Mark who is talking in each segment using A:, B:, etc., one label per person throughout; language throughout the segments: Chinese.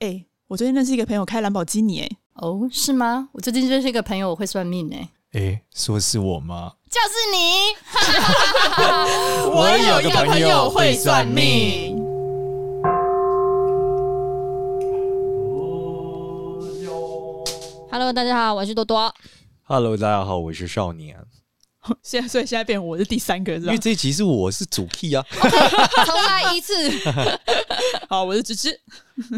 A: 哎、我最近认识一个朋友开兰博基尼、哎，
B: 哦，是吗？我最近认识一个朋友，我会算命哎、
C: 诶，说是我吗？
B: 就是你。
C: 我有个朋友会算命。
B: Hello，大家好，我是多 多。
C: Hello，大家好，我是少年。
A: 现在所以现在变我是第三个是
C: 因
A: 吧
C: 为？这一集是我是主 key 啊，
B: 重来一次
A: 好，我是芝芝。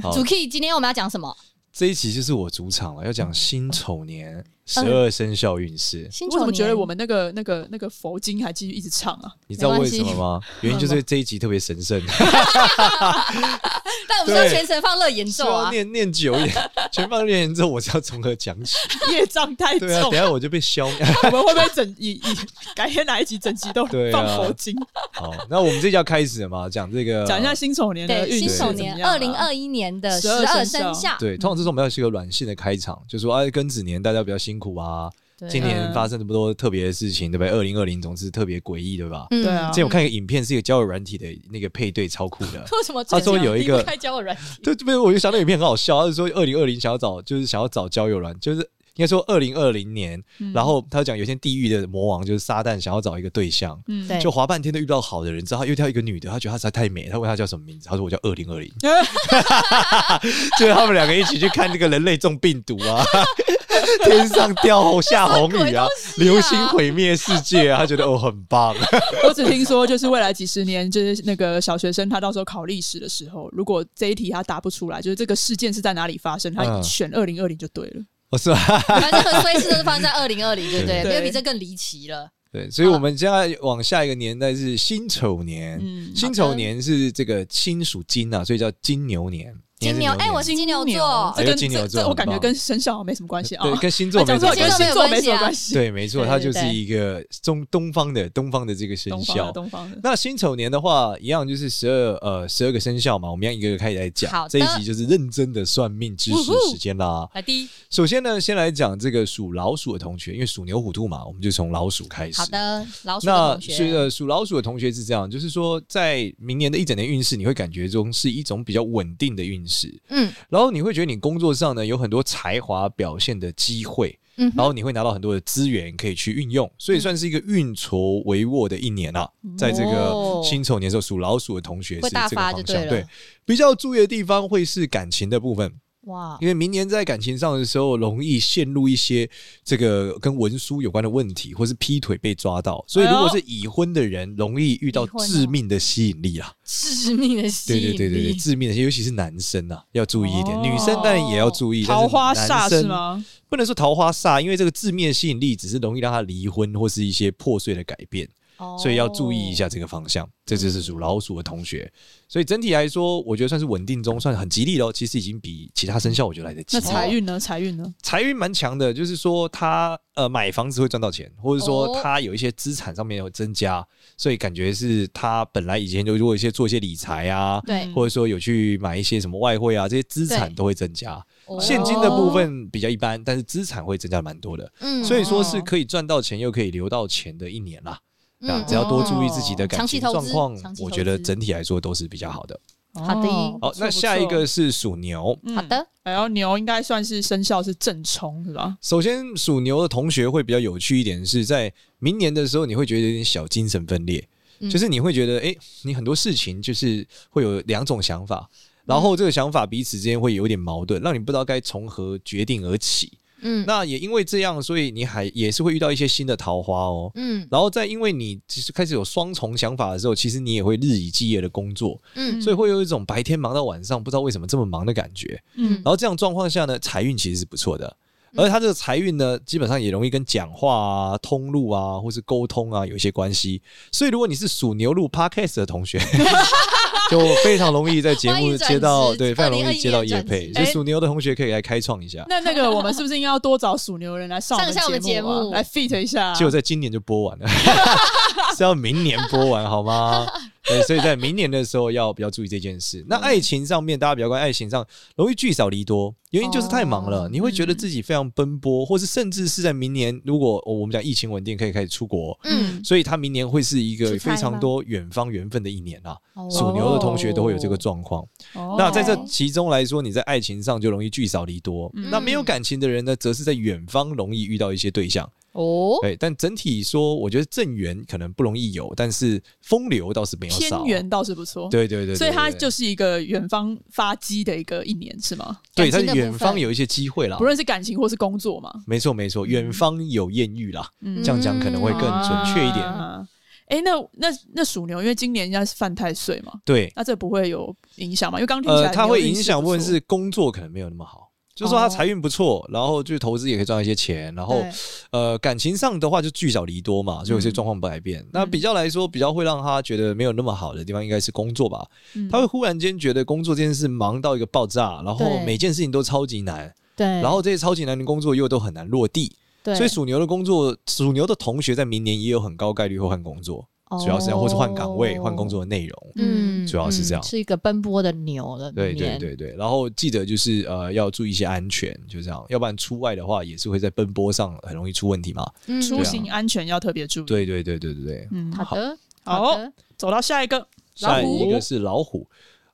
C: 好
B: 主 key，今天我们要讲什么？
C: 这一集就是我主场了，要讲辛丑年十二生肖运势。
B: 新
A: 我怎么觉得我们那个那个那个佛经还继续一直唱 啊？
C: 你知道
B: 没
C: 为
B: 关系
C: 什么吗？原因就是这一集特别神圣，
B: 但我们是要
C: 对
B: 全程放乐演
C: 需
B: 奏
C: 要
B: 啊。
C: 念念久一点。全放念完之后，我知道从何讲起。
A: 业障太重
C: 对啊，等一下我就被消灭。
A: 我们会不会整以以改天哪一集整集都
C: 对啊啊
A: 放佛经？
C: 好，那我们这集要开始了嘛？讲这个，
A: 讲一下辛丑年的
B: 对，
A: 运
B: 新
A: 势
B: 手
A: 怎
B: 年
A: 么
B: 二
A: 样
B: 零
A: 啊？
B: 二一年的十
A: 12
B: 二
A: 生
B: 生
A: 肖
B: 肖，
C: 对，通常这种我们要是一个软性的开场，就说哎，庚子年大家比较辛苦啊，
B: 对
C: 今年发生这么多特别的事情，对不对？二零二零总是特别诡异，对吧？
B: 嗯。
A: 对啊
C: 之前我看一个影片，是一个交友软体的那个配对，超酷的
B: 为什么
C: 他说有一个
B: 开交友软件？
C: 对，这边我就想那影片很好笑，他就说二零二零想要找，就是想要找交友软，就是应该说二零二零年，
B: 嗯
C: 然后他就讲有些地狱的魔王就是撒旦想要找一个对象，
A: 嗯
B: 对
C: 就滑半天都遇到好的人，之后他遇到一个女的，他觉得她实在太美，他问她叫什么名字，他说我叫二零二零， 就是他们两个一起去看这个人类中病毒啊。 天上掉红下红雨啊，流星毁灭世界啊，他觉得哦很棒，
A: 我只听说，就是未来几十年，就是那个小学生他到时候考历史的时候，如果这一题他答不出来，就是这个事件是在哪里发生，他
C: 嗯
A: 选二零二零就对了。
C: 我是吧？
B: 反正很衰事都是发生在二零二零，对不对？
A: 对
B: 没有比这更离奇了。
C: 对，所以我们现在往下一个年代是辛丑年，
A: 嗯
C: 辛丑年是这个辛属金啊，所以叫金牛年。
B: 金牛，哎，
C: 哎，
B: 我是金牛
A: 金
B: 座，
C: 哎
A: 这
C: 呦
A: 跟
C: 金
A: 这
C: 牛座
A: 这我感觉
C: 很棒
A: 跟生肖没什么关系啊。
B: 哦
C: 对跟星座
A: 啊
C: 没
A: 讲
C: 什
A: 错
C: 么
A: 了，跟星座没
C: 关系，啊
A: 什么关系。啊
C: 对，没错，
B: 对
C: 它就是
B: 对对
C: 一个中东方的东方的这个生
A: 东方
C: 肖
A: 的。东方的，
C: 那辛丑年的话，一样就是十二呃十二个生肖嘛，我们要一个一个开始来
B: 好的
C: 讲。这一集就是认真的算命知识时间啦。
B: 来第一，
C: 首先呢，先来讲这个属老鼠的同学，因为属牛虎兔嘛，我们就从老鼠开始。
B: 好的，老鼠的
C: 那
B: 同
C: 是
B: 学，
C: 呃属老鼠的同学是这样，就是说在明年的一整年运势，你会感觉中是一种比较稳定的运势，
B: 嗯
C: 然后你会觉得你工作上呢有很多才华表现的机会，
B: 嗯
C: 然
B: 哼，
C: 后你会拿到很多的资源可以去运用，
B: 嗯
C: 所以算是一个运筹帷幄的一年啊。在这
B: 哦
C: 个辛丑年的时候，属老鼠的同学是
B: 会
C: 这
B: 大
C: 个
B: 发就
C: 方
B: 对
C: 向，
B: 了
C: 对，比较注意的地方会是感情的部分。
B: 哇，
C: 因为明年在感情上的时候，容易陷入一些这个跟文书有关的问题，或是劈腿被抓
B: 哎
C: 到，所以如果是已婚的人，容易遇到
B: 已婚哦
C: 致命的吸引力啦。
B: 致命的吸
C: 对
B: 引
C: 对
B: 力，
C: 对对对，致命的吸引力，尤其是男生啊，要注意一点。
A: 哦
C: 女生当然也要注意，但是
A: 桃花
C: 男
A: 煞
C: 生
A: 是？吗？
C: 不能说桃花煞，因为这个致命的吸引力只是容易让他离婚或是一些破碎的改变。
B: 哦
C: 所以要注意一。下这个方向。这就是属老鼠的同学，所以整体来说，我觉得算是稳定中，算很吉利喽。其实已经比其他生肖哦我觉得来得吉
A: 那
C: 利。
A: 财运呢？财运呢？
C: 财运蛮强的，就是说他呃买房子会赚到钱，或者说
B: 哦
C: 他有一些资产上面有增加，所以感觉是他本来以前就如果一些做一些理财啊，
B: 对
A: 嗯，
C: 或者说有去买一些什么外汇啊，这些资产
B: 对
C: 都会增加。
B: 哦
C: 现金的部，分比较一般，但是资产会增加蛮多的，
B: 嗯
C: 所以说是可以赚到钱又可以留到钱的一年啦。啊，
B: 嗯
C: 只要多注意自己的感
B: 长期
C: 情
B: 投
C: 状
B: 资
C: 况
B: 长，期
C: 我
B: 投
C: 觉得
B: 资
C: 整体来说都是比较好的。
B: 好的
A: 哦
C: 好，那下一个，是属牛。
A: 不错不错
B: 嗯好的，
A: 嗯哎然后牛应该算是生肖是正冲是吧？
C: 首先，属牛的同学会比较有趣一点，是在明年的时候，你会觉得有点小精神分裂，
B: 嗯
C: 就是你会觉得，诶，你很多事情就是会有两种想法，然后这个想法彼此之间会有点矛盾，让你不知道该从何决定而起。
B: 嗯
C: 那也因为这样，所以你还也是会遇到一些新的桃花哦。
B: 嗯
C: 然后再因为你其实开始有双重想法的时候，其实你也会日以继夜的工作，
B: 嗯，
C: 所以会有一种白天忙到晚上，不知道为什么这么忙的感觉。
B: 嗯
C: 然后这样状况下呢，财运其实是不错的，而他这个财运呢，基本上也容易跟讲话啊、通路啊，或是沟通啊有一些关系。所以如果你是属牛录 podcast 的同学，就非常容易在节
B: 欢
C: 目
B: 迎转
C: 接到
B: 职
C: 对，非常容
B: 2021
C: 易接到
B: 年
C: 业
B: 转
C: 配，
B: 职
C: 所以属牛的同学可以来开创 一下。
A: 那那个我们是不是应该要多找属牛人来上
B: 上一下我们
A: 节
B: 节
A: 啊
B: 目
A: 来 fit 一下啊？
C: 结果在今年就播完了，是要明年播完好吗？对，所以在明年的时候要比较注意这件事。那爱情上面，大家比较关爱情上容易聚少离多，原因就是太忙了，
B: 哦
C: 你会觉得自己非常奔波，或是甚至是在明年，如果、哦我们讲疫情稳定，可以开始出国，
B: 嗯，
C: 所以他明年会是一个
D: 出差
C: 非
D: 吗
C: 常多远方缘分的一年啊。
B: 哦
C: 属牛的同学都会有这个状况。
A: 哦
C: 那在这其中来说，你在爱情上就容易聚少离多。
A: 嗯
C: 那没有感情的人呢，则是在远方容易遇到一些对象。
B: 哦，
C: 对，但整体说，我觉得正缘可能不容易有，但是风流倒是没有
A: 偏
C: 少。啊
A: 远倒是不错，
C: 对对对对，
A: 所以它
C: 对
A: 就。是一个远方发迹的一个一年，是吗？
C: 对，
B: 感情
C: 他
B: 的部分
C: 远方有一些机会啦
A: 不。嗯论是感情或是工作嘛，
C: 没错没错，远方有艳遇啦，
A: 嗯
C: 这样讲可能会更
B: 嗯
C: 准确一点。
A: 哎、诶那那那属牛，因为今年人家是犯太岁嘛，
C: 对，
A: 那这不会有影响嘛？因为刚听起
C: 呃，
A: 来
C: 它会
A: 牛运
C: 影
A: 气
C: 响
A: 不
C: 部分
A: 错哦
C: 是工作可能没有那么好，就是说他财运不错，然后就投资也可以赚到一些钱，然后
A: 对嗯
C: 呃感情上的话就聚少离多嘛，所以有些状况不改变。那比较来说，比较会让他觉得没有那么好的地方应该是工作吧，
A: 嗯
C: 他会忽然间觉得工作这件事忙到一个爆炸，然后
B: 对
C: 每件事情都超级难，
B: 对，
C: 然后这些超级难的工作又都很难落地，
B: 对，
C: 所以属牛的工作，属牛的同学在明年也有很高概率会换工作，主要是这样，或是换岗位、换工作，的内容。
B: 哦嗯，
C: 主要是这样
B: 嗯是一个奔波的牛的
C: 对对
B: 年
C: 对对，然后记得就是呃要注意一些安全，就这样，要不然出外的话也是会在奔波上很容易出问题嘛。
B: 嗯
A: 出行安全要特别注意。，
C: 对对对对对对，
A: 嗯，
B: 好的，
A: 好
B: 好的，
A: 走到下一个，
C: 下
B: 老虎
C: 一个是老虎。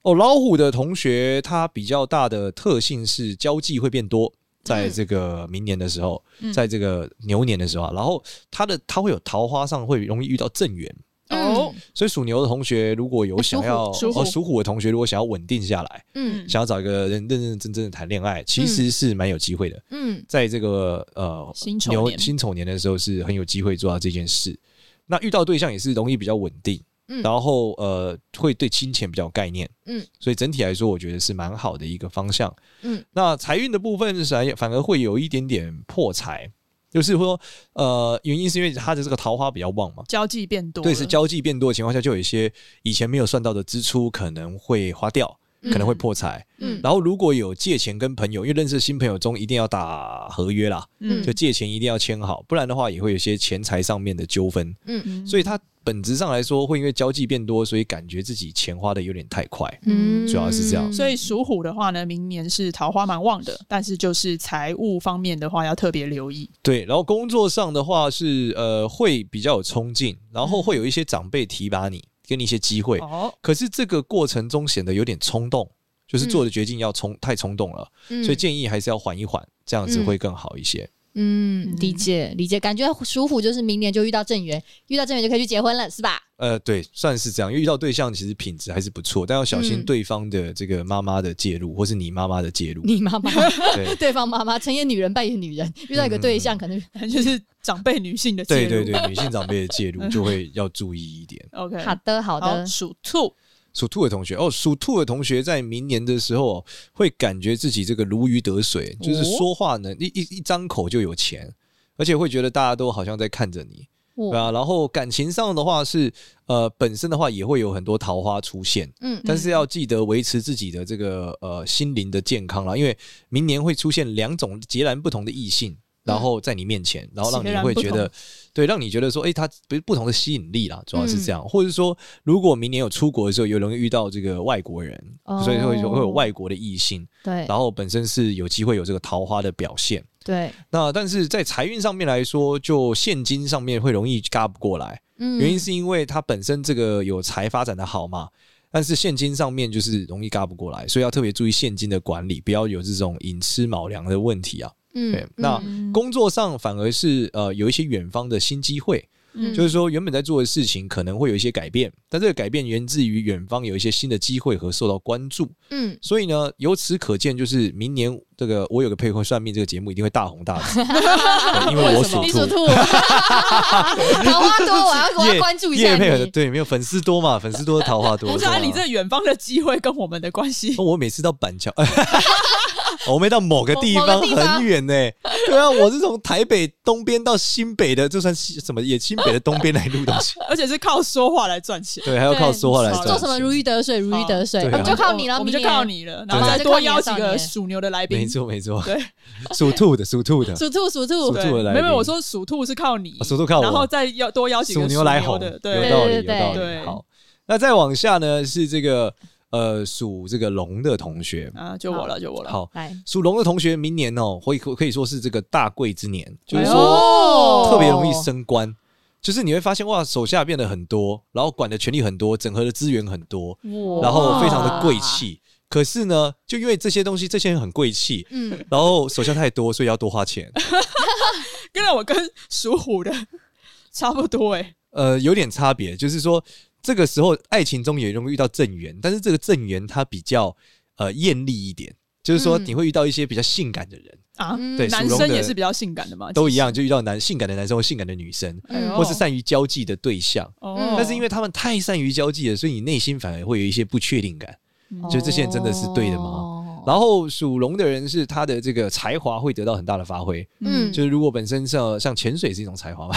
C: 哦，老虎的同学，他比较大的特性是交际会变多，在这个明年的时候，
A: 嗯
C: 在这个牛年的时候啊，然后他的他会有桃花上会容易遇到正缘，
B: 嗯
A: 哦，
C: 所以属牛的同学如果有想要
A: 哎属虎
C: 哦属虎的同学，如果想要稳定下来，
B: 嗯
C: 想要找一个人认认真真的谈恋爱，其
A: 嗯
C: 实是蛮有机会的。
B: 嗯
C: 在这个呃
A: 辛丑
C: 牛
A: 年
C: 辛丑年的时候，是很有机会做到这件事。那遇到对象也是容易比较稳定，
B: 嗯
C: 然后呃会对金钱比较有概念，
B: 嗯，
C: 所以整体来说，我觉得是蛮好的一个方向。
B: 嗯，
C: 那财运的部分是哎反而会有一点点破财，就是说呃原因是因为他的这个桃花比较旺嘛，
A: 交际变多了，
C: 对，是交际变多的情况下，就有一些以前没有算到的支出可能会花掉，
A: 嗯
C: 可能会破财。
B: 嗯
C: 然后如果有借钱跟朋友，因为认识新朋友中一定要打合约啦，
A: 嗯，
C: 就借钱一定要签好，不然的话也会有一些钱财上面的纠纷。
B: 嗯
A: 嗯
C: 所以它本质上来说，会因为交际变多，所以感觉自己钱花的有点太快。
B: 嗯，
C: 主要是这样
A: 所以属虎的话呢，明年是桃花蛮旺的，但是就是财务方面的话要特别留意。
C: 对，然后工作上的话是呃会比较有冲劲，然
B: 嗯
C: 后会有一些长辈提拔你，给你一些机会。
A: 哦，
C: 可是这个过程中显得有点冲动，就是
B: 嗯
C: 做的决定要冲、太冲动了。所以建议还是要缓一缓，这样子会更好一些。
B: 嗯，理解理解，感觉属虎就是明年就遇到正缘，遇到正缘就可以去结婚了，是吧？
C: 呃，对，算是这样，因为遇到对象其实品质还是不错，但要小心
B: 嗯
C: 对方的这个妈妈的介入，或是你妈妈的介入。
B: 你妈妈，
C: 对 嗯
B: 对方妈妈，成也女人，败也女人，遇到一个对象可能
A: 就是长辈女性的介
C: 对
A: 入嗯
C: 对对，女性长辈的介入就会要注意一点。
A: ，OK，
B: 好的好的
A: 好，，属兔，
C: 属兔的同学哦，属兔的同学在明年的时候哦会感觉自己这个如鱼得水，
A: 哦
C: 就是说话呢，一一一张口就有钱，而且会觉得大家都好像在看着你，
A: 哦
C: 对
B: 我
C: 啊。然后感情上的话是呃，本身的话也会有很多桃花出现，
B: 嗯
C: 但是要记得维持自己的这个呃心灵的健康啦，因为明年会出现两种截然不同的异性，然后在你面前，然后让你会觉
A: 截然不
C: 得，对，让你觉得说，诶，它不不同的吸引力啦，主要是这样，或者说，如果明年有出国的时候，有容易遇到这个外国人，
B: 哦
C: 所以会会有外国的异性，
B: 对
C: 然后本身是有机会有这个桃花的表现。
B: 对，
C: 那但是在财运上面来说，就现金上面会容易嘎不过来，
B: 嗯
C: 原因是因为它本身这个有财发展的好嘛，但是现金上面就是容易嘎不过来，所以要特别注意现金的管理，不要有这种寅吃卯粮的问题啊。对
B: 嗯，
C: 那
A: 嗯
C: 工作上反而是呃有一些远方的新机会，
A: 嗯
C: 就是说原本在做的事情可能会有一些改变，但这个改变源自于远方有一些新的机会和受到关注，
B: 嗯
C: 所以呢，由此可见，就是明年这个我有个配合算命这个节目一定会大红大 紫，对因为我属
B: 你
C: 兔
B: 属。 兔，桃花多，我要我要关注一下
C: 叶配合的
B: 你。
C: 对，没有粉丝多嘛，粉丝多桃花多。
A: 不是啊，
C: 对吧
A: 你这远方的机会跟我们的关系
C: 哦我每次到板桥，哦我没到某个地
B: 某
C: 方
B: 某个地方
C: 很远呢、对啊，我是从台北东边到新北的，就算是什么也新北的东边来录东 西。
A: 而且是靠说话来赚钱。
C: 对，还要靠说话来
A: 对
C: 赚。
B: 做什么如鱼得水，如鱼得水，
C: 对啊
B: 我们就靠你了，
A: 哦我们
B: 明
A: 就
B: 年
A: 靠。你了，然
C: 对
A: 后再多邀
B: 就
A: 几
B: 靠你了少
A: 个
B: 年
A: 属牛的来
C: 没
A: 宾。
C: 错，没错。
A: 对，
C: 属兔的，属兔的，
B: 属兔，属兔，
C: 属兔的来
A: 没
C: 宾
A: 有，没有我说属兔是靠你
C: 啊，属兔靠我
A: 然后再要多邀几个
C: 牛来
A: 属
C: 红，
A: 牛的，
C: 有
A: 对
C: 道理，
B: 对
C: 有
B: 对
C: 道
A: 对
C: 理。
A: 对
C: 好，那再往下呢是这个呃属这个龙的同学，
A: 啊，就我了，就我了。
C: 好，
B: 来，
C: 属龙的同学明年哦会可可以说是这个大贵之年，就是
A: 哎
C: 说
A: 呦
B: 哦
C: 特别容易升官。就是你会发现，哇，手下变得很多，然后管的权力很多，整合的资源很多，
B: 哇
C: 然后非常的贵，气。可是呢，就因为这些东西，这些人很贵气，
B: 嗯，
C: 然后手下太多，所以要多花钱。
A: 跟着我跟属虎 的差不多哎、
C: 呃，有点差别，就是说这个时候爱情中也容易遇到正缘，但是这个正缘它比较呃艳丽一点，就是说
B: 嗯
C: 你会遇到一些比较性感的人，
A: 啊，
B: 嗯
C: 对
A: 男
C: 属龙
A: 生
C: 的
A: 也是比较性感的
B: 啊
A: 嘛，
C: 都一样，就遇到男性感的男生或性感的女生，
A: 哎呦
B: 嗯
C: 或是善于交际的对象。
A: 哦，
C: 但是因为他们太善于交际了，所以你内心反而会有一些不确定感。
A: 嗯
C: 就这些人真的是对的吗
B: 吗
C: 然后属龙的人是他的这个才华会得到很大的发挥，
B: 嗯
C: 就是如果本身像像潜水是一种才华嘛，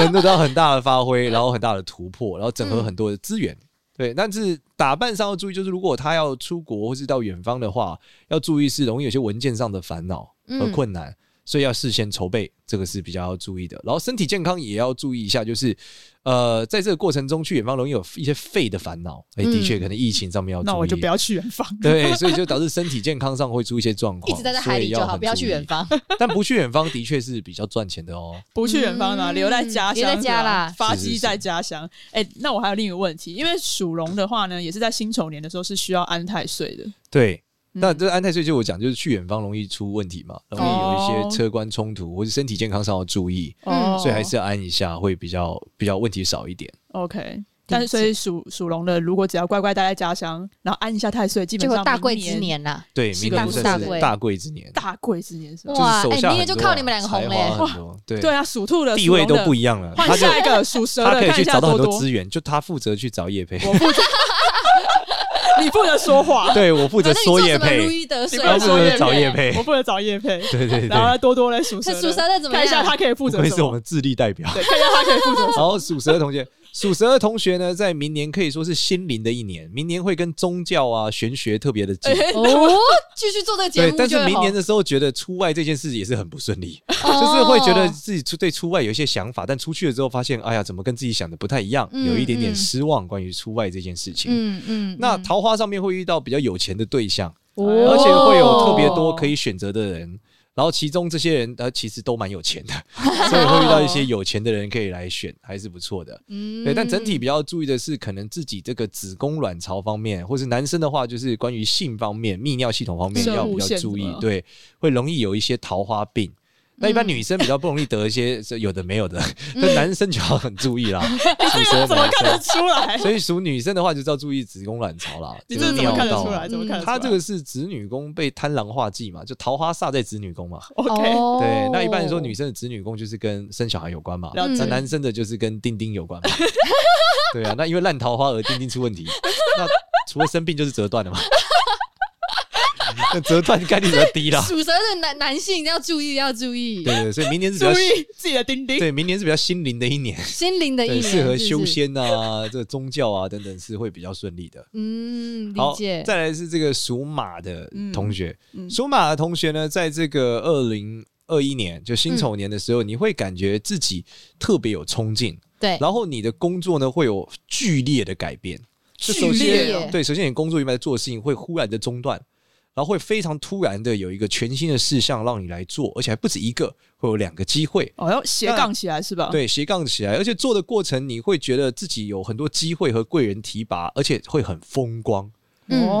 C: 能得到很大的发挥，然后很大的突破，然后整合很多的资源。对，但是打扮上要注意，就是如果他要出国或是到远方的话，要注意是容易有些文件上的烦恼
B: 嗯
C: 和困难，所以要事先筹备，这个是比较要注意的。然后身体健康也要注意一下，就是呃，在这个过程中去远方容易有一些肺的烦恼，哎、的确
B: 嗯
C: 可能疫情上面要注意。
A: 那我就不要去远方。
C: 对，所以就导致身体健康上会出一些状
B: 一
C: 况。
B: 直待在海里
C: 所以
B: 就好，
C: 很
B: 不要去
C: 注意
B: 远方。
C: 但不去远方的确是比较赚钱的哦。
A: 不去远方啦，啊
B: 嗯
A: 留在家乡，
B: 留在家啦
A: 是吧发
C: 是是
A: 迹
C: 是
A: 在家乡。哎、那我还有另一个问题，因为属龙的话呢，也是在辛丑年的时候是需要安太岁的。
C: 对，那
A: 嗯
C: 这安泰税就我讲，就是去远方容易出问题嘛，容易
B: 哦
C: 有一些车关冲突或者身体健康上要注意，
A: 哦
B: 嗯
C: 所以还是要安一下会比较比较问题少一点。
A: OK。但是所以属属龙的，如果只要乖乖待在家乡，然后安一下太岁，基
B: 结
A: 本
B: 果
A: 上
B: 大贵
A: 明
B: 之
A: 年，
B: 年 呐，
C: 对，
A: 是
C: 明
A: 个
C: 年
A: 不
C: 算
B: 大
C: 是
B: 贵
C: 大贵之年，
A: 大贵之年是吧？
C: 就是手
B: 哇哎
C: 下很
B: 明年就
C: 多
B: 靠
C: 啊
B: 你们两个红
C: 才
B: 嘞
C: 华很多对
A: 对啊，属兔的
C: 地位都不
A: 一
C: 一样了，他
A: 换
C: 就
A: 下一个属蛇
C: 他
A: 的，
C: 可以
A: 看
C: 去
A: 一下
C: 找到
A: 多
C: 很多
A: 多，
C: 资源，就他负责去找叶培，
A: 你负责说话，
C: 对我负责
B: 那你
C: 说
B: 做什
C: 叶
B: 么如
C: 培，
B: 鱼得水
A: 你
C: 不
A: 负
C: 要
A: 责
C: 说
A: 说
C: 叶
A: 叶
C: 找叶
A: 配，
C: 配
A: 我负责找叶配，
C: 对对
A: 然后
C: 对，
A: 多多嘞属蛇的，
B: 那属蛇的怎么
A: 看一下他
B: 样？
A: 可以负
C: 不
A: 责
C: 愧
A: 什
C: 是我
A: 么？
C: 们智力代表。
A: 对，看一下他可以负责什
C: 然
A: 么。
C: 后属蛇的同学，属蛇的同学呢，在明年可以说是心灵的一年，明年会跟宗教啊、玄学特别的近。
A: 哎
B: 哦，继续做这个节
C: 对，
B: 目
C: 但
B: 就是会
C: 明
B: 好
C: 年，的时候，觉得出外这件事也是很不顺利，就
B: 就是
C: 会觉得
B: 哦
C: 自己出对出外有一些想法，但出去了之后发现，哎呀，怎么跟自己想的不太一样，
B: 嗯
C: 有一点点
B: 嗯
C: 失望关于出外这件事情。
B: 嗯嗯，
C: 那
B: 嗯
C: 桃花上面会遇到比较有钱的对象，
A: 哦
C: 而且会有特
B: 哦
C: 别多可以选择的人，然后其中这些人呃其实都蛮有 钱的，所以会遇到一些有钱的人可以来选，还是不错的。
B: 嗯
C: 对，但整体比较注意的是，可能自己这个子宫、卵巢方面，或是男生的话，就是关于性方面、泌尿系统方面
A: 生
C: 要比
A: 物
C: 较
A: 腺
C: 注意
A: 的，
C: 对，会容易有一些桃花病。那一般
B: 嗯
C: 女生比较不容易得一些这有的没有的，
A: 嗯
C: 但男生就要很注意 啦。女生
A: 怎么
C: 男
A: 看得
C: 生，
A: 出 来？
C: 所以属女生的话，就是要注意子宫、卵巢啦。
A: 你
C: 这
A: 这
C: 个
A: 怎么看得
C: 尿道
A: 出
C: 啊
A: 来？怎么看得出来？
C: 他这个是子女宫被贪狼化忌嘛，就桃花煞在子女宫嘛。
A: OK，
B: 哦
C: 对，那一般来说，女生的子女宫就是跟生小孩有关嘛，
A: 了解
C: 那男生的就是跟丁丁有关 嘛。对啊，那因为烂桃花而丁丁出问题，那除了生病就是折断了嘛。 那折断概率比较低啦。
B: 属蛇的男男性要注意，要注意
C: 对对，所以明年是比
A: 注
C: 较
A: 意自己的丁丁。
C: 对，明年是比较心灵的一年，
B: 心灵的一
C: 对，
B: 年，
C: 适合
B: 是不
C: 修
B: 是。
C: 仙啊，这个宗教啊等等是会比较顺利的。
B: 嗯，理
C: 好
B: 解，。
C: 再来是这个属马的同学，
A: 嗯嗯
C: 属马的同学呢，在这个二零二一年就辛丑年的时候，你会感觉自己特别有冲劲，
B: 对，
C: 然后你的工作呢会有剧烈的改变。就首
B: 剧烈
C: 先，对，首先你工作原本在做的事情会忽然的中断，然后会非常突然的有一个全新的事项让你来做，而且还不止一个，会有两个机会。
A: 哦，要斜杠起来是吧？，
C: 对，斜杠起来，而且做的过程你会觉得自己有很多机会和贵人提拔，而且会很风光。
A: 哦
B: 嗯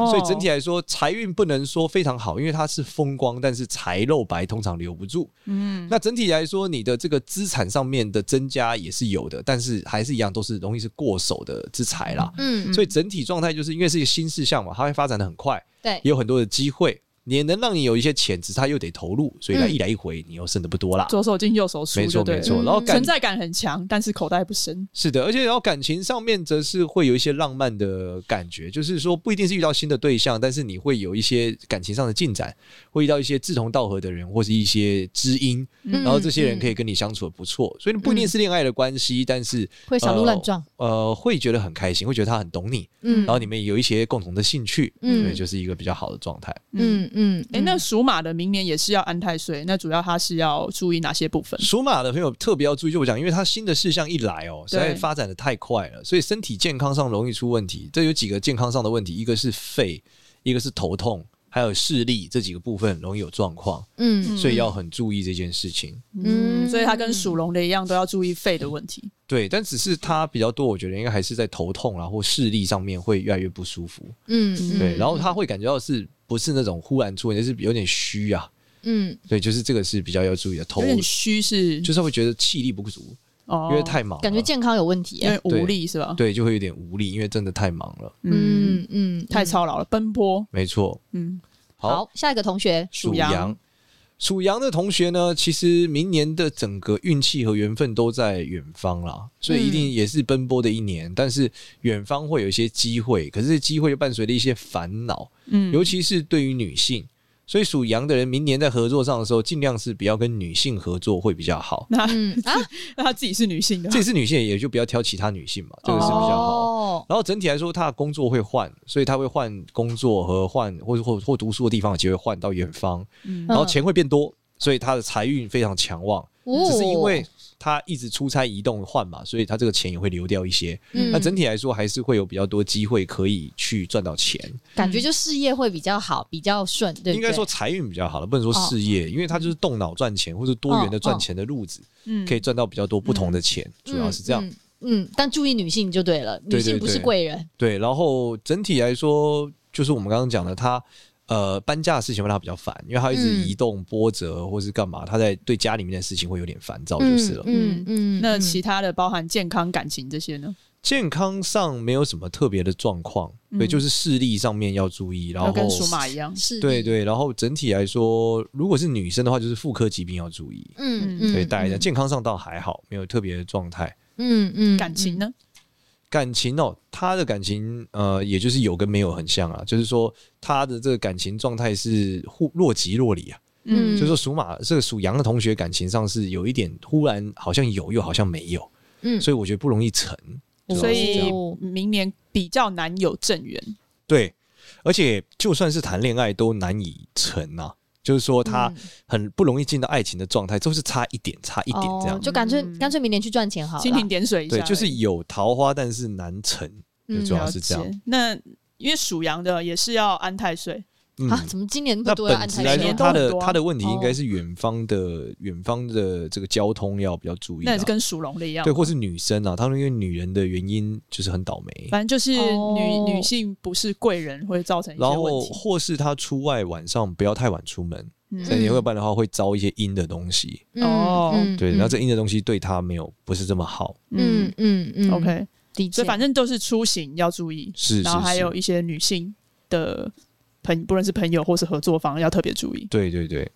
C: 所以整体来说，财运不能说非常好，因为它是风光，但是财漏白通常留不住。
A: 嗯，
C: 那整体来说，你的这个资产上面的增加也是有的，但是还是一样，都是容易是过手的之财啦。
B: 嗯，
C: 所以整体状态就是因为是一个新事项嘛，它会发展的很快，
B: 对
C: 也，有很多的机会，也能让你有一些潜质，它又得投入，所以它
B: 嗯
C: 一来一回，你又剩的不多啦。
A: 左手进右手出，
C: 没错
A: 就对了
C: 没错，
B: 嗯
C: 然后
A: 存
C: 感
A: 在感很强，但是口袋不深。
C: 是的，而且然后感情上面则是会有一些浪漫的感觉，就是说不一定是遇到新的对象，但是你会有一些感情上的进展，会遇到一些志同道合的人或是一些知音，
A: 嗯
C: 然后这些人可以跟你相处的不错，所以不一定是恋爱的关系，但是
B: 嗯会小鹿乱撞。
C: 呃会觉得很开心，会觉得他很懂你，
B: 嗯
C: 然后你们有一些共同的兴趣，
B: 嗯
C: 对，就是一个比较好的状态。
B: 嗯嗯，
A: 哎、那属马的明年也是要安太岁，那主要他是要注意哪些部分？
C: 属马的朋友特别要注意，就我讲，因为他新的事项一来哦，实在发展的太快了，所以身体健康上容易出问题。这有几个健康上的问题，一个是肺，一个是头痛，还有视力这几个部分容易有状况，
B: 嗯
C: 所以要很注意这件事情。
A: 嗯，所以他跟属龙的一样，都要注意肺的问题。
C: 对，但只是他比较多，我觉得应该还是在头痛啊或视力上面会越来越不舒服。
B: 嗯嗯
C: 对，然后他会感觉到是不是那种忽然出问题，就是有点虚啊。
B: 嗯
C: 对，就是这个是比较要注意的。头
A: 有点虚是，
C: 就是会觉得气力不足，
A: 哦
C: 因为太忙了，
B: 感觉健康有问题
A: 因
B: 耶，
A: 为无力是吧？
C: 对就会有点无力，因为真的太忙了。
A: 嗯，
B: 嗯嗯，
A: 太操劳了，奔波。
C: 没错，
A: 嗯，
C: 好，
B: 好，下一个同学，
A: 属
C: 属
A: 羊
C: 羊，属羊的同学呢，其实明年的整个运气和缘分都在远方啦，所以一定也是奔波的一年。
A: 嗯
C: 但是远方会有一些机会，可是这机会又伴随着一些烦恼，
A: 嗯
C: 尤其是对于女性。所以属羊的人，明年在合作上的时候，尽量是不要跟女性合作会比较好。
A: 那
B: 嗯啊，
A: 那他自己是女性的，
C: 这次女性也就不要挑其他女性嘛， 这个是比较好。
B: 哦，
C: 然后整体来说，他的工作会换，所以他会换工作和换或或或读书的地方，机会换到远方，
A: 嗯
C: 然后钱会变多，所以他的财运非常强旺。
B: 哦
C: 只是因为他一直出差移动换嘛，所以他这个钱也会流掉一些。
B: 嗯
C: 那整体来说，还是会有比较多机会可以去赚到钱。
B: 感觉就事业会比较好，比较顺，对不对，哦
C: 应该说财运比较好了，不能说事业，因为他就是动脑赚钱或者多元的赚钱的路子，
A: 嗯
C: 可以赚到比较多不同的钱，主要是这
B: 嗯。
C: 样。
B: 嗯嗯，但注意女性就对了，女
C: 对
B: 性
C: 对
B: 不是
C: 对
B: 贵人。
C: 对，然后整体来说，就是我们刚刚讲的，他呃搬家的事情会让他比较烦，因为他一直
B: 嗯
C: 移动、波折或是干嘛，他在对家里面的事情会有点烦躁就是了。
B: 嗯嗯，
A: 那
B: 嗯
A: 其他的包含健康、感情这些呢？
C: 健康上没有什么特别的状况，
A: 嗯
C: 对，就是视力上面要注意，然
A: 要
C: 后嗯
A: 跟属马一样，
B: 是
C: 对，对，然后整体来说，如果是女生的话，就是妇科疾病要注意。
B: 嗯
A: 嗯
B: 嗯，
C: 对，大家健康上倒还好，没有特别的状态。
B: 嗯嗯
A: 感情
B: 呢？
A: 呢？
C: 感情哦，他的感情呃，也就是有跟没有很像啊，就是说他的这个感情状态是忽若即若离啊，
B: 嗯
C: 就是说属马这个属羊的同学感情上是有一点忽然好像有又好像没有，
B: 嗯
C: 所以我觉得不容易成，主
A: 嗯
C: 要
A: 所
C: 是这
A: 以
C: 样
B: 哦
A: 明年比较难有正缘。
C: 对，而且就算是谈恋爱都难以成啊。就是说，他
B: 嗯
C: 很不容易进到爱情的状态，就是差一点，差一点这样。
B: 哦就干脆
A: 嗯
B: 干脆明年去赚钱好了。
A: 蜻蜓点水一下而
C: 对，
A: 已，
C: 就是有桃花，但是难成，就
B: 嗯
C: 主要是这样
A: 了。解那因为属羊的也是要安太岁，
C: 嗯
B: 啊，怎么今年不
C: 那
B: 多要
C: 本
B: 安
C: 质
B: 排
C: 来
A: 水
C: 说，
A: 年
C: 他
A: 都很
C: 的
A: 多啊
C: 他的问题应
B: 哦
C: 该是远方的远方的这个交通要比较注意
A: 那
C: 啦，
A: 也是跟属龙的一样。
C: 对，或是女生啊，他们因为女人的原因就是很倒霉，
A: 反正就是女、
B: 哦
A: 女性不是贵人，会造成一些
C: 然后
A: 问题。
C: 或是她出外晚上不要太晚出门，
A: 嗯
C: 对，要不然的话会招一些阴的东西，
B: 嗯
A: 哦
C: 对，然后这阴的东西对她没有不是这么好，
A: 嗯
B: 嗯嗯嗯
A: o k
B: 的确，
A: 所以反正都是出行要注意，
C: 是，
A: 然后
C: 是
A: 还
C: 是
A: 有一些女性的朋，不论是朋友或是合作方，要特别注意。
C: 对对对，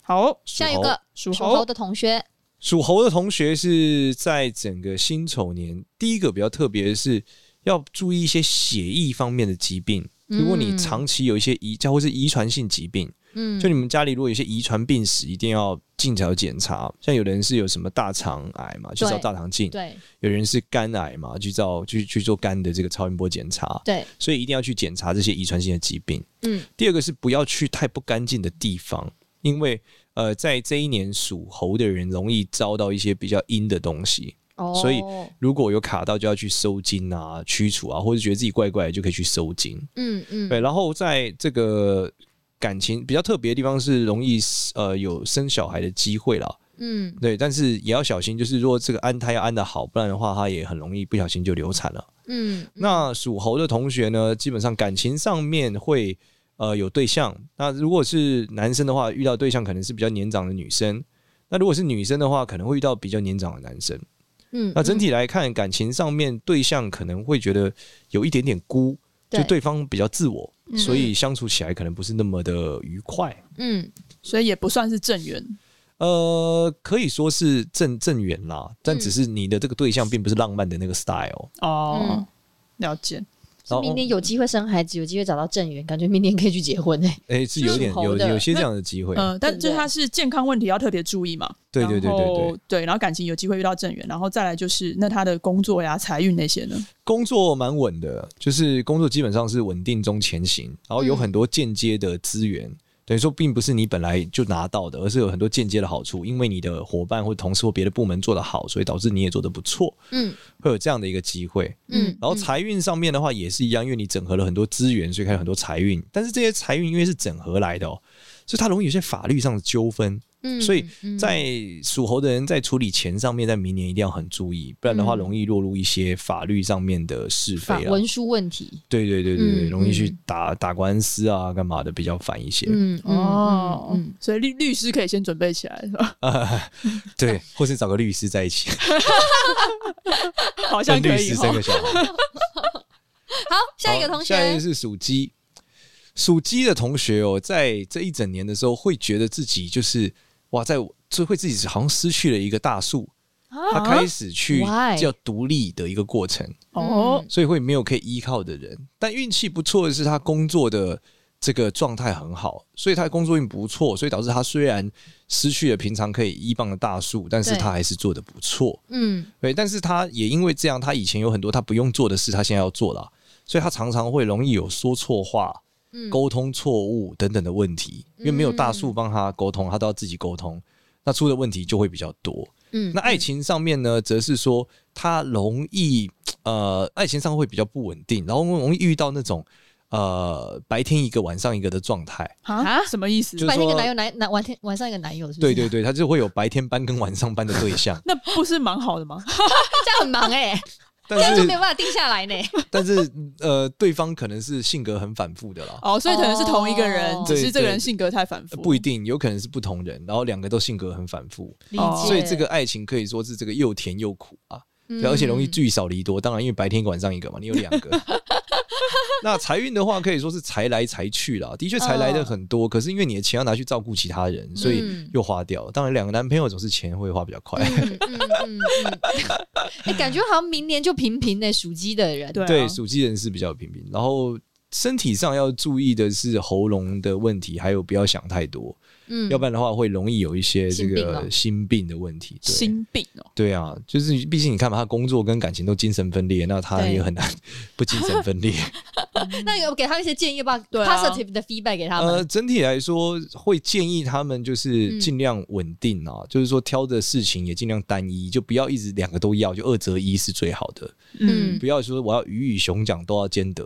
A: 好，
C: 属
B: 下一
C: 猴
B: 个
A: 属
B: 属
A: 猴
B: 猴的同学，
C: 属猴的同学是在整个辛丑年，第一个比较特别的是要注意一些血液方面的疾病。如果你
B: 嗯
C: 长期有一些遗，或是遗传性疾病，
B: 嗯
C: 就你们家里如果有一些遗传病史，一定要尽早检查。像有的人是有什么大肠癌嘛，去照
B: 对
C: 大肠镜；
B: 对
C: 有人是肝癌嘛，去照去去做肝的这个超音波检查。
B: 对，
C: 所以一定要去检查这些遗传性的疾病。
B: 嗯
C: 第二个是不要去太不干净的地方，因为呃，在这一年属猴的人容易遭到一些比较阴的东西。
B: 哦，
C: 所以如果有卡到，就要去收金啊、驱除啊，或者觉得自己怪怪的，就可以去收金。
B: 嗯嗯
C: 对，然后在这个感情比较特别的地方是容易呃有生小孩的机会啦。
B: 嗯
C: 对，但是也要小心，就是如果这个安胎要安的好，不然的话，它也很容易不小心就流产了。
B: 嗯
C: 那属猴的同学呢，基本上感情上面会呃有对象。那如果是男生的话，遇到对象可能是比较年长的女生；那如果是女生的话，可能会遇到比较年长的男生。
B: 嗯，
C: 那整体来看，感情上面对象可能会觉得有一点点孤，就对方比较自我，
A: 嗯
C: 所以相处起来可能不是那么的愉快。
B: 嗯
A: 所以也不算是正缘。
C: 呃，可以说是正正缘啦，但只是你的这个对象并不是浪漫的那个 style。
A: 哦，
B: 嗯
A: 了解。
B: 是明年有机会生孩子，有机会找到正缘，感觉明年可以去结婚哎。
C: 哎、是有点
B: 属
C: 有
B: 猴的
C: 有些这样的机会，
A: 嗯、但就
B: 对
A: 是它是健康问题要特别注意嘛。
C: 对对对对
A: 然后
C: 对，
A: 然后感情有机会遇到正缘，然后再来就是那他的工作呀、财运那些呢？
C: 工作蛮稳的，就是工作基本上是稳定中前行，然后有很多间接的资源，等于说并不是你本来就拿到的，而是有很多间接的好处，因为你的伙伴或同事或别的部门做得好，所以导致你也做得不错，
B: 嗯
C: 会有这样的一个机会。
B: 嗯，
C: 然后财运上面的话也是一样，因为你整合了很多资源，所以开始很多财运。但是这些财运因为是整合来的哦，所以它容易有些法律上的纠纷。
B: 嗯
C: 所以
B: 嗯
C: 在属猴的人在处理钱上面，在明年一定要很注意，不然的话
B: 嗯
C: 容易落入一些法律上面的是非
B: 法
C: 啊。
B: 文书问题，
C: 对对对对对，
B: 嗯
C: 容易去
B: 嗯
C: 打打官司啊，干嘛的比较烦一些。
B: 嗯
A: 哦，
B: 嗯
A: 所以律律师可以先准备起来，是 吧？
C: 对，或是找个律师在 一起，
A: 好像
C: 跟
A: 可
C: 律
A: 以哦
B: 哦
C: 师生
A: 哈。
C: 个小孩。
B: 好，下一个
C: 好
B: 同
C: 下一
B: 学
C: 个，是属鸡。属鸡的同学哦，在这一整年的时候，会觉得自己就是哇，在就会自己好像失去了一个大树，他
B: 嗯
C: 开始去
B: 啊 Why？
C: 叫独立的一个过程，
A: 哦，
C: 所以会没有可以依靠的人。但运气不错的是，他工作的这个状态很好，所以他的工作运不错，所以导致他虽然失去了平常可以依傍的大树，但是
B: 对
C: 他还是做的不错。
B: 嗯
C: 对，但是他也因为这样，他以前有很多他不用做的事，他现在要做了，所以他常常会容易有说错话、
B: 嗯，
C: 沟通错误等等的问题，因为没有大树帮他沟通，他都要自己沟通，那出的问题就会比较多。
B: 嗯
C: 那爱情上面呢，则是说他容易呃，爱情上会比较不稳定，然后容易遇到那种呃白天一个晚上一个的状态。
A: 啊，什么意思？，
C: 就
B: 白天一
C: 说
B: 个男友，男男晚天晚上一个男友，是不
C: 对
B: 是？
C: 对对，他就会有白天班跟晚上班的对象
A: 那不是蛮好的吗？
B: 这样很忙哎，这
C: 但
B: 样就没有
C: 是
B: 办法定下来呢。
C: 但是呃，对方可能是性格很反复的啦。
A: 哦，所以可能是同一个人
B: 哦，
A: 只是这个
C: 对对呃
A: 人性格太反复。
C: 不一定，有可能是不同人，然后两个都性格很反复，
B: 理
A: 哦
B: 解，
C: 所以这个爱情可以说是这个又甜又苦啊，
B: 嗯，
C: 对而且容易聚少离多。当然，因为白天一个晚上一个嘛，你有两 个。那财运的话，可以说是财来财去啦，的确财来的很
A: 嗯
C: 多，可是因为你的钱要拿去照顾其他人，所以
B: 嗯
C: 又花掉。当然，两个男朋友总是钱会花比较快。
B: 嗯。嗯嗯嗯， 哎，感觉好像明年就平平呢，属鸡的人。
A: 对啊
C: 对，属鸡人是比较平平，然后。身体上要注意的是喉咙的问题，还有不要想太多，
B: 嗯
C: 要不然的话会容易有一些这
B: 心病
C: 个
B: 哦
C: 心病的问题。对
A: 心病哦，
C: 对啊，就是毕竟你看嘛，他工作跟感情都精神分裂，那他
B: 对
C: 也很难 不精神分裂。
B: 那有给他一些建议吧
A: 对啊
B: ，positive 的 feedback 给他
C: 呃，
B: 们。
C: 整体来说会建议他们就是
B: 嗯
C: 尽量稳定啊，就是说挑的事情也尽量单一，就不要一直两个都要，就二择一是最好的。
B: 嗯
A: 嗯，
C: 不要说我要鱼与熊掌都要兼得，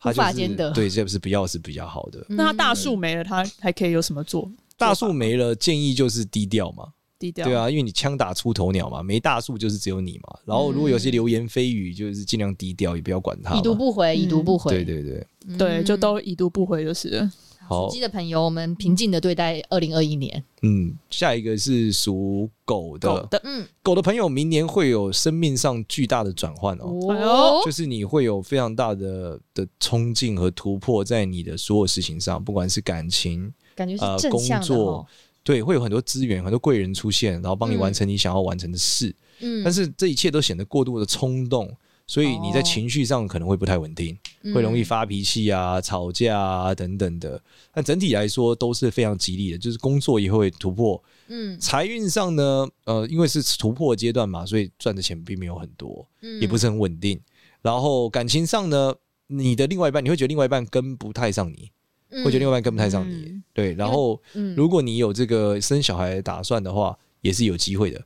C: 他就是
B: 无法兼得
C: 对，这不是比较是比较好的。
B: 嗯
A: 那他大树没了，他还可以有什么做？
C: 大树没了，建议就是低调嘛。
A: 低调。
C: 对，啊，因为你枪打出头鸟嘛，没大树就是只有你嘛。然后如果有些流言蜚语，就是尽量低调，也不要管它
B: 嗯
C: 嘛。
B: 已读不回，
A: 嗯
B: 已读不回。
C: 对对对。
B: 嗯
A: 对，就都已读不回就是了。
C: 好
B: 属鸡的朋友，我们平静的对待二零二一年。
C: 嗯，下一个是属狗的，
A: 狗的
B: 嗯，
C: 狗的朋友明年会有生命上巨大的转换哦，
A: 哎呦
C: 就是你会有非常大的的冲劲和突破在你的所有事情上，不管是感情，
B: 感觉
C: 呃
B: 是正
C: 工
B: 向的
C: 作
B: 哦。
C: 对，会有很多资源、很多贵人出现，然后帮你
B: 嗯
C: 完成你想要完成的事。
B: 嗯哦
C: 但是这一切都显得过度的冲动，所以你在情绪上可能会不太稳定，会容易
B: 嗯
C: 发脾气啊、吵架啊等等的。但整体来说都是非常吉利的，就是工作也会突破。
B: 嗯，
C: 财运上呢，呃，因为是突破阶段嘛，所以赚的钱并没有很多，
B: 嗯
C: 也不是很稳定。然后感情上呢，你的另外一半，你会觉得另外一半跟不太上你，
B: 嗯
C: 会觉得另外一半跟不太上你。
A: 嗯
C: 对，然后
B: 嗯
C: 如果你有这个生小孩的打算的话，也是有机会的，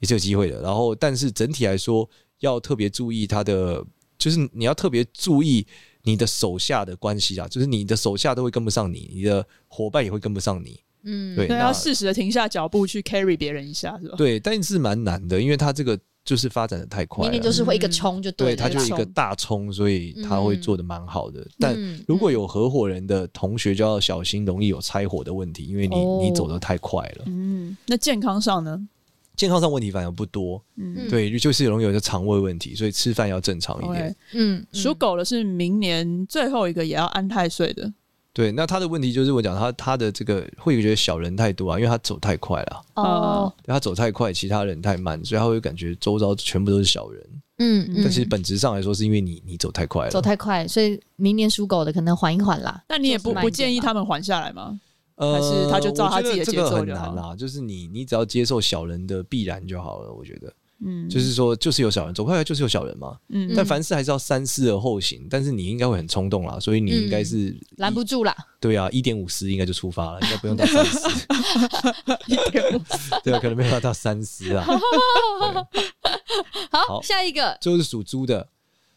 C: 也是有机会的。然后，但是整体来说，要特别注意他的，就是你要特别注意你的手下的关系啊，就是你的手下都会跟不上你，你的伙伴也会跟不上你。
B: 嗯
C: 对
A: 对，
C: 那
A: 要适时的停下脚步去 carry 别人一下，是吧？
C: 对，但是蛮难的，因为他这个就是发展的太快
B: 明年
C: 了，
B: 就是会一个冲就了，
C: 对，他就一个
B: 冲
C: 大冲，所以他会
B: 嗯
C: 做的蛮好的。但
B: 嗯
C: 如果有合伙人的同学，就要小心，容易有拆伙的问题，因为你、
B: 哦
C: 你走得太快了。
A: 嗯，那健康上呢？
C: 健康上问题反而不多，
A: 嗯
B: 嗯
C: 对，就是容易有一个肠胃问题，所以吃饭要正常一点。
A: ，OK，
B: 嗯
A: 属狗的是明年最后一个也要安太岁的，
C: 对，那他的问题就是我讲他他的这个会觉得小人太多啊，因为他走太快了，
B: 嗯哦
C: 对他走太快，其他人太慢，所以他会感觉周遭全部都是小人。
B: 嗯嗯，
C: 但其实本质上来说，是因为你你走太快了，
B: 走太快，所以明年属狗的可能缓一缓
C: 嗯
B: 啦。
A: 那你也
B: 做
A: 不
B: 事慢
A: 不
B: 一点
A: 建议
B: 吧
A: 他们缓下来吗？
C: 呃
A: 还是他就照他
C: 我觉得
A: 自己的
C: 这
A: 节
C: 个
A: 奏
C: 很
A: 就好
C: 难啦，就是你你只要接受小人的必然就好了，我觉得。
A: 嗯，
C: 就是说就是有小人，走快快就是有小人嘛。
A: 嗯
C: 但凡事还是要三思而后行，但是你应该会很冲动啦，所以你
A: 嗯
C: 应该是
B: 拦不住啦。
C: 对啊，一点五思应该就出发了，应该不用到 三思，对啊，可能没有到三思啊。对
B: 好，
C: 好
B: 下一个
C: 就是属猪的，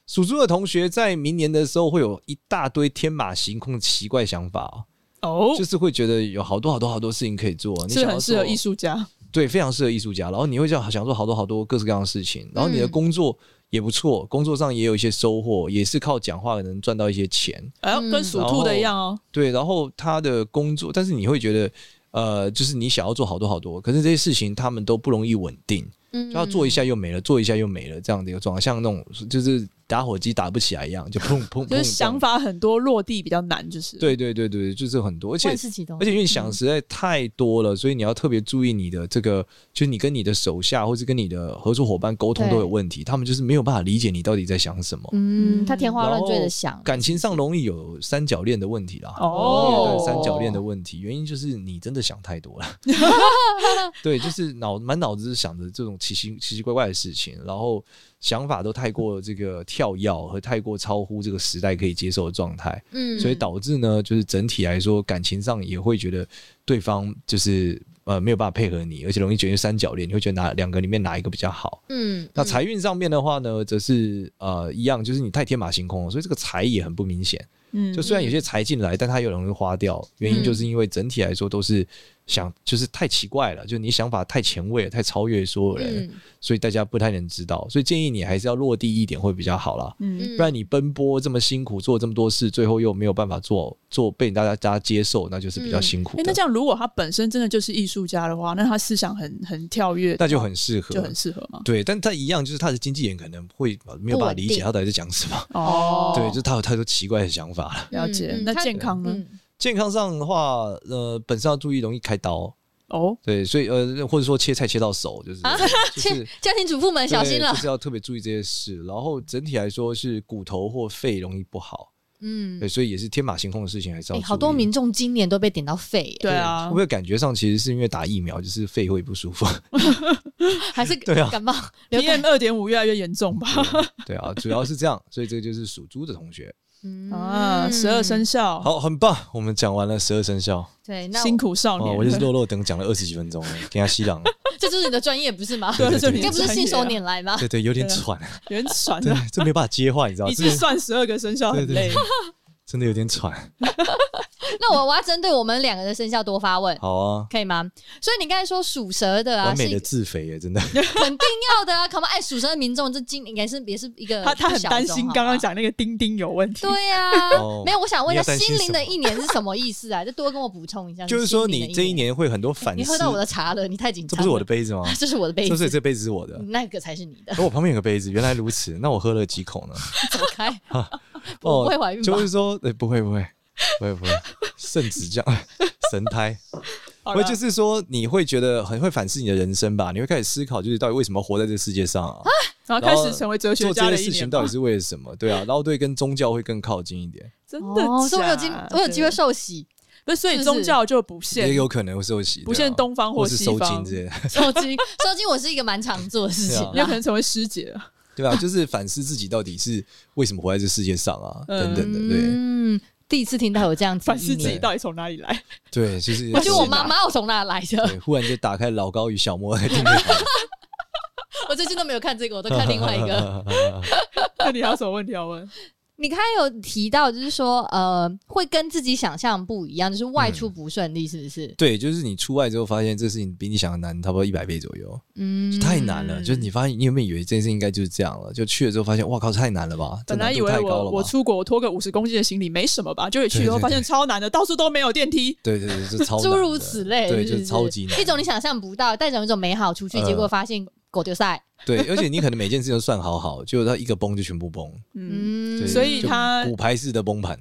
C: 属猪的同学在明年的时候会有一大堆天马行空的奇怪想法、哦，
A: 哦
C: 就，是会觉得有好多好多好多事情可以做，你
A: 是
C: 想要
A: 很适合
C: 做
A: 艺术家，
C: 对，非常适合艺术家。然后你会想想做好多好多各式各样的事情，然后你的
B: 嗯
C: 工作也不错，工作上也有一些收获，也是靠讲话能赚到一些钱。
A: 哎呦，
B: 嗯
A: 跟属兔的一样哦，
C: 对，然后他的工作，但是你会觉得，呃，就是你想要做好多好多，可是这些事情他们都不容易稳定，
B: 嗯
C: 就要做一下又没了，做一下又没了这样的一个状况，像那种就是打火机打不起来一样，就砰 砰砰，
A: 就是
C: 砰
A: 想。法很多，落地比较难，就是
C: 对对对对，就是很多，而且
B: 万事启动
C: 而，且因为
A: 嗯
C: 想实在太多了，所以你要特别注意你的这个，就是你跟你的手下或是跟你的合作伙伴沟通
B: 对
C: 都有问题，他们就是没有办法理解你到底在想什么。
B: 嗯，
A: 嗯
B: 他天花乱坠
C: 然
B: 的
C: 后
B: 想，
C: 感情上容易有三角恋的问题啦，
A: 哦
C: 容易有一段三角恋的问题，原因就是你真的想太多了。对，就是脑满脑子想着这种奇奇奇奇怪怪的事情，然后想法都太过这个跳跃和太过超乎这个时代可以接受的状态。
B: 嗯
C: 所以导致呢，就是整体来说，感情上也会觉得对方就是呃没有办法配合你，而且容易觉得三角恋，你会觉得哪两个里面哪一个比较好？
B: 嗯，
C: 那
B: 嗯
C: 财运上面的话呢，则是呃一样，就是你太天马行空了，所以这个财也很不明显。
A: 嗯，
C: 就虽然有些财进来，但它又容易花掉，原因就是因为整体来说都是想就是太奇怪了，就是你想法太前卫了，太超越所有人，
B: 嗯
C: 所以大家不太能知道，所以建议你还是要落地一点会比较好啦。
A: 嗯，
C: 不然你奔波这么辛苦，做这么多事，最后又没有办法做做被大家大家接受，那就是比较辛苦
A: 哎，
C: 的。
A: 那这样如果他本身真的就是艺术家的话，那他思想很很跳跃，
C: 那就很适合，
A: 就很适合嘛，
C: 对。但他一样，就是他的经纪人可能会呃没有办法理
B: 不稳
C: 解
B: 定
C: 他到底在讲什么，
A: 哦，
C: 对，就是他有太多奇怪的想法了。
A: 了解
B: 嗯嗯嗯。
A: 那
B: 他
A: 健康呢？
B: 嗯
C: 健康上的话，呃，本身要注意容易开刀，
A: 哦，
C: 对，所以呃，或者说切菜切到手， 就是、
B: 啊
C: 就是
B: 切。家庭主妇们小心
C: 对
B: 了
C: 就，是要特别注意这些事。然后整体来说是骨头或肺容易不好，
B: 嗯
C: 对，，所以也是天马行空的事情，还是要
B: 哎，
C: 注意。
B: 好多民众今年都被点到肺耶，
A: 对啊
C: 会不，会感觉上其实是因为打疫苗，就是肺会不舒服？
B: 还是
C: 对啊
B: 感冒流感
A: PM 二点五越来越严重吧？
C: 对啊，主要是这样，所以这个就是属猪的同学。
B: 嗯
A: 啊，十二生肖，
C: 好，很棒，我们讲完了十二生肖。
B: 对，那
A: 辛苦少
C: 哦，
A: 年，
C: 我就是肉肉等讲了二十几分钟了， 给他吸朗。
B: 这就是你的专业不是吗？
A: 对，
C: 对
A: 就
C: 对
A: 你
B: 应该不是
A: 专业
B: 信手
A: 啊，
B: 拈来吗？
C: 对对，有点喘，
A: 有点喘
C: 对
A: 啊，，
C: 这没办法接话，你知道，
A: 一
C: 真
A: 次
C: 的
A: 算十二个生肖很
C: 对
A: 累
C: 对。 真的有点喘。
B: 那我我要针对我们两个的生肖多发问，
C: 好啊，
B: 可以吗？所以你刚才说属蛇的啊，
C: 完
B: 是
C: 美
B: 一
C: 的
B: 个
C: 自肥耶，真的。
B: 肯定要的啊，可不爱属蛇的民众，这今年也是也是一个
A: 他他很担
B: 不小
A: 心
B: 众
A: 刚刚。讲那个钉钉有问题。
B: 好不好对 呀、
C: 哦
B: 没有，我想问一下，
C: 你要担
B: 心
C: 心
B: 灵的
C: 什么
B: 一年是什么意思啊？就多跟我补充一下。
C: 就是说，你这
B: 心
C: 一
B: 灵的
C: 年会很多反
B: 你
C: 思
B: 喝。到我的茶了，你嗯太紧
C: 这
B: 张。
C: 不是我的，杯子吗？
B: 这是我的杯
C: 这
B: 子，
C: 是这杯子是我的。哦
B: 那个才是你的，
C: 而我旁边有个杯子，原来如此。那我喝了几口呢？
B: 走 开，不会
C: 哦，
B: 怀孕吧
C: 就？是说，哎，不会不会不会不会，圣旨这样， 神胎。
A: 好
C: 会
A: 啦
C: 就是说，你会觉得很会反思你的人生吧？你会开始思考，就是到底为什么活在这个世界上啊？
A: 然后开始成为哲学
C: 做
A: 家
C: 这
A: 的
C: 些
A: 一
C: 事
A: 年
C: 情
A: 吧，
C: 到底是为了什么？对啊，然后对跟宗教会更靠近一点，
A: 真的
B: 哦，所以我有
A: 假
B: 机
A: 的，
B: 我有机会，受洗，
A: 不是所
B: 是
A: 以
B: 不
A: 宗
B: 是
A: 教就不
C: 也
A: 限，
C: 有可能会受洗，
A: 不
C: 对啊
A: 限东方
C: 或是
A: 西
C: 收
A: 方
C: 金，这些，
B: 受精， 受精，我是一个蛮常做的事情
C: 对啊
A: 也
B: 啦
A: 可。能成为师姐啊了。
C: 对吧？就是反思自己到底是为什么活在这世界上啊，
A: 嗯
C: 等等的，对
B: 嗯，第一次听到有这样子的
A: 反
B: 意
A: 思
B: 念，
A: 自己到底从哪里 来，
C: 对，就是
B: 我觉得我妈
A: 哪
B: 妈我从哪来的？
C: 对，忽然就打开老高与小莫来听这
B: 我最近都没有看这个，我都
C: 个
B: 看另外一 个。
A: 那你还有什么问题要问？
B: 你刚才有提到，就是说，呃，会跟自己想象不一样，就是外出不顺利，是不是？
C: 对，就是你出外之后发现这事情比你想的难，差不多一百倍左右。
B: 嗯，
C: 太难了，就是你发现你有没有以为这件事情应该就是这样了？就去了之后发现，哇靠，太难了吧！这
A: 本来
C: 难
A: 以
C: 度
A: 为
C: 太高
A: 我
C: 了
A: 我
C: 吧
A: 出国我拖个五十公斤的行李没什么吧，就去以后
C: 对对
A: 发现超难的，到处都没有电梯。
C: 对对对，这超 难
B: 诸
C: 的
B: 如此类，
C: 对，
B: 是
C: 就
B: 不
C: 是
B: 是
C: 超级难。
B: 一种你想象不到，带着一种美好出去，
C: 呃
B: 结果发现狗丢赛。
C: 对，而且你可能每件事情都算好好，结果它一个崩就全部崩，
A: 嗯，
B: 嗯
C: 对，
A: 所以
C: 就
A: 它
C: 骨牌式的崩盘。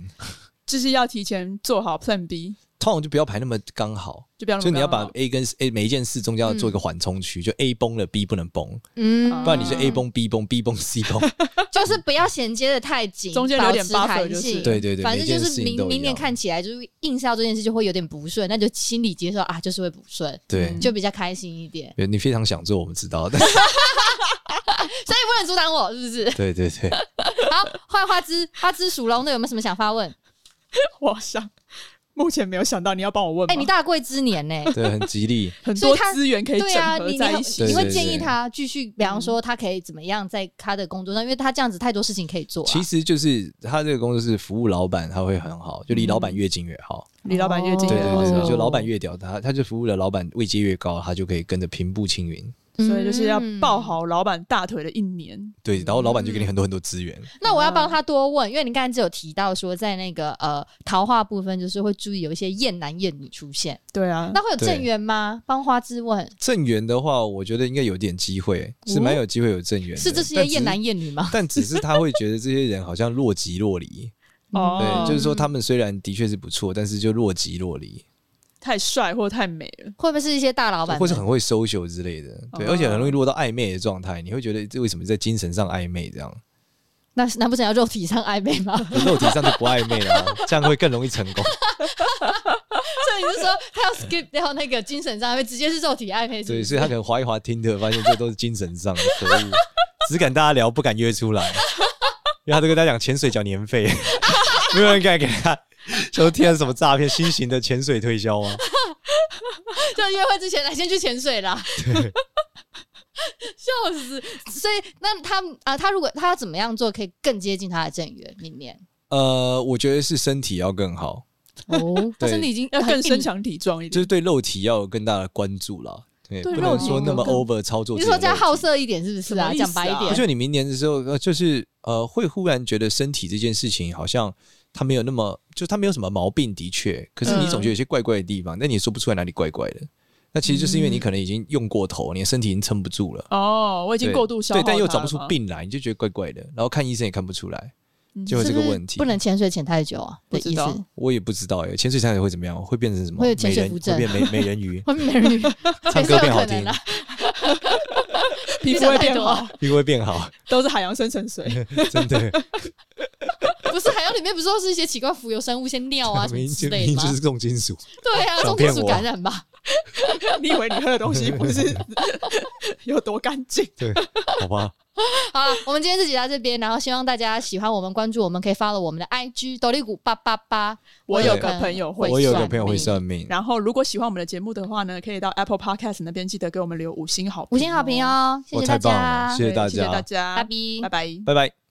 A: 就是要提前做好 Plan B。
C: 通常就不要排那么刚好，
A: 就不要那么
C: 所以你要
A: 刚
C: 把
A: 好
C: A 跟 A 每一件事中间要做一个缓冲区，就 A 崩了，B 不能崩，
B: 嗯
C: 不然你就 A 崩，B 崩，B 崩 ，C 崩，
B: 就是不要衔接的太紧，
A: 中间留点
B: 保持
A: buffer
B: 弹
A: 就是
B: 性。
C: 对对对，
B: 反
C: 每
B: 正
C: 件
B: 就
C: 事
B: 是
C: 情
B: 明
C: 都一
B: 明年
C: 样
B: 看起来就是硬是要这件事就会有点不顺，那就心里接受啊，就是会不顺，
C: 对
A: 嗯。
B: 就比较开心一点。
C: 对你非常想做，我们知 道，但是？
B: 所以不能阻挡我，是不是
C: 对对对，
B: 好，换花枝，花枝属龙的有没有什么想发问？
A: 我想目前没有想到你要帮我问吗，
B: 哎、你大贵之年呢、
C: 对，很 吉利。
A: 很
B: 所以
A: 多
B: 他
A: 资 源可以
B: 对啊，
A: 整合
B: 你你
A: 在一
B: 很
A: 起，
C: 对
B: 你会
C: 对
B: 建议
C: 对
B: 他继续，比方说他可以怎么样在他的工作上，因为他这样子太多事情可以做、啊。
C: 其实就是他这个工作是服务老板，他会很好，就离老板越近越好。
A: 李老板越近
B: 嗯哦
C: 对
A: 越
C: 对
A: 好，
C: 对
B: 哦
C: 对，就老板越屌他，他就服务的老板位阶越高，他就可以跟着平步青云。
A: 所以就是要抱
B: 嗯
A: 好老板大腿的一年。
C: 对，然后老板就给你很多很多资源。
B: 那我要
C: 嗯
B: 帮他多问，因为你刚才只有提到说，在那个呃桃花部分，就是会注意有一些厌男厌女出现，
A: 对啊，
B: 那会有正
C: 嗯对
B: 缘吗？帮花枝问，
C: 正缘的话，我觉得应该有点机会，是蛮有机会有正缘的。
B: 哦是这些
C: 但只
B: 厌男厌女吗？
C: 但只是他会觉得这些人好像若即若离。
A: 哦
C: 对，就是说他们虽然的确是不错，但是就若即若离，
A: 太帅或太美了，
B: 会不会是一些大老板们？
C: 或是很会 social 之类的。对，
A: 哦
C: 而且很容易落到暧昧的状态，你会觉得这为什么在精神上暧昧这样？
B: 那难不成要肉体上暧昧吗？ 所
C: 肉体上就不暧昧了啊， 这样会更容易成功。
B: 以你是说他要 skip 掉那个精神上暧昧，直接是肉体暧昧是不
C: 对，
B: 是？
C: 所以他可能划一划听的，发现这都是精神上的可恶，只敢大家聊，不敢约出来，因为他都跟大家讲潜水缴 年费，没有人敢给他。说天啊，什么诈骗？新型的潜水推销啊吗？
B: 就约会之前来先去潜水啦。 笑死！所以那他啊、他如果他要怎么样做可以更接近他的正缘？明年
C: 呃，我觉得是身体要更好，
B: 哦，他
C: 对
B: 身体已经
A: 要更
B: 很硬
A: 身。强体壮一
C: 就是
A: 点。
C: 对肉体要有更大的关注啦。对，
A: 对
C: 不
A: 肉
C: 能
A: 体
C: 说那么
A: 有更
C: over 操作
B: 你
C: 自
B: 是说
C: 己的肉体。
B: 这样好色一点是不是啊？
A: 什么意思啊
B: 讲白一
C: 我
B: 点
C: 觉，得你明年的时候，呃，就是呃，会忽然觉得身体这件事情好像它没有那么，就它没有什么毛病，的确，可是你总觉得有些怪怪的地方，那、你也说不出来哪里怪怪的。那其实就是因为你可能已经用过头，你的身体已经撑不住了，
A: 哦，嗯我已
C: 已
A: 经过度消耗
C: 对，
A: 它
C: 但又
A: 了
C: 找不出
A: 吗，
C: 病来，你就觉得怪怪的，然后看医生也看不出来，
A: 嗯
C: 就有这
B: 是
C: 个
B: 不是
C: 问题。
B: 不能潜水潜太久啊的
A: 不
B: 意
A: 知道
B: 思。
C: 我也不知道哎、潜水下水会怎么样？会变成什么？
B: 会有
C: 美
B: 潜水
C: 人
B: 浮
C: 会
B: 症，
C: 变美美 人鱼
B: 会美人 鱼，
C: 唱歌变好听，
A: 啊皮
B: 你
A: 肤
B: 想
A: 会
B: 太
A: 变
B: 多
A: 好，
C: 皮肤会变好，
A: 都是海洋深层 水。
C: 真的。
B: 不是海洋里面不是都是一些奇怪浮游生物，一些尿啊什
C: 明
B: 么
C: 明
B: 之
C: 就
B: 类的
C: 明明
B: 吗
C: 就？是重金属，
B: 对啊，
C: 想
B: 重
C: 骗
B: 金属
C: 我
B: 感染吧？
A: 你以为你喝的东西不是 有多干净？
C: 对，好吧。
B: 好了，我们今天这集到这边，然后希望大家喜欢我们，关注我们，可以 follow 我们的 IG 斗笠谷八八八。嗯
A: 我
C: 有
A: 个朋友会
C: 我有个朋友
B: 命
C: 会算命，
A: 然后，如果喜欢我们的节目的话呢，可以到 Apple Podcast 那边记得给我们留五星好评、
B: 五星好评
A: 哦！
B: 哦，谢
C: 我
B: 谢
C: 太
B: 大
C: 棒了，
B: 家，
C: 谢谢大
A: 对谢谢大
C: 家，
A: 家，
B: 拜拜
A: 拜拜。
C: 拜拜。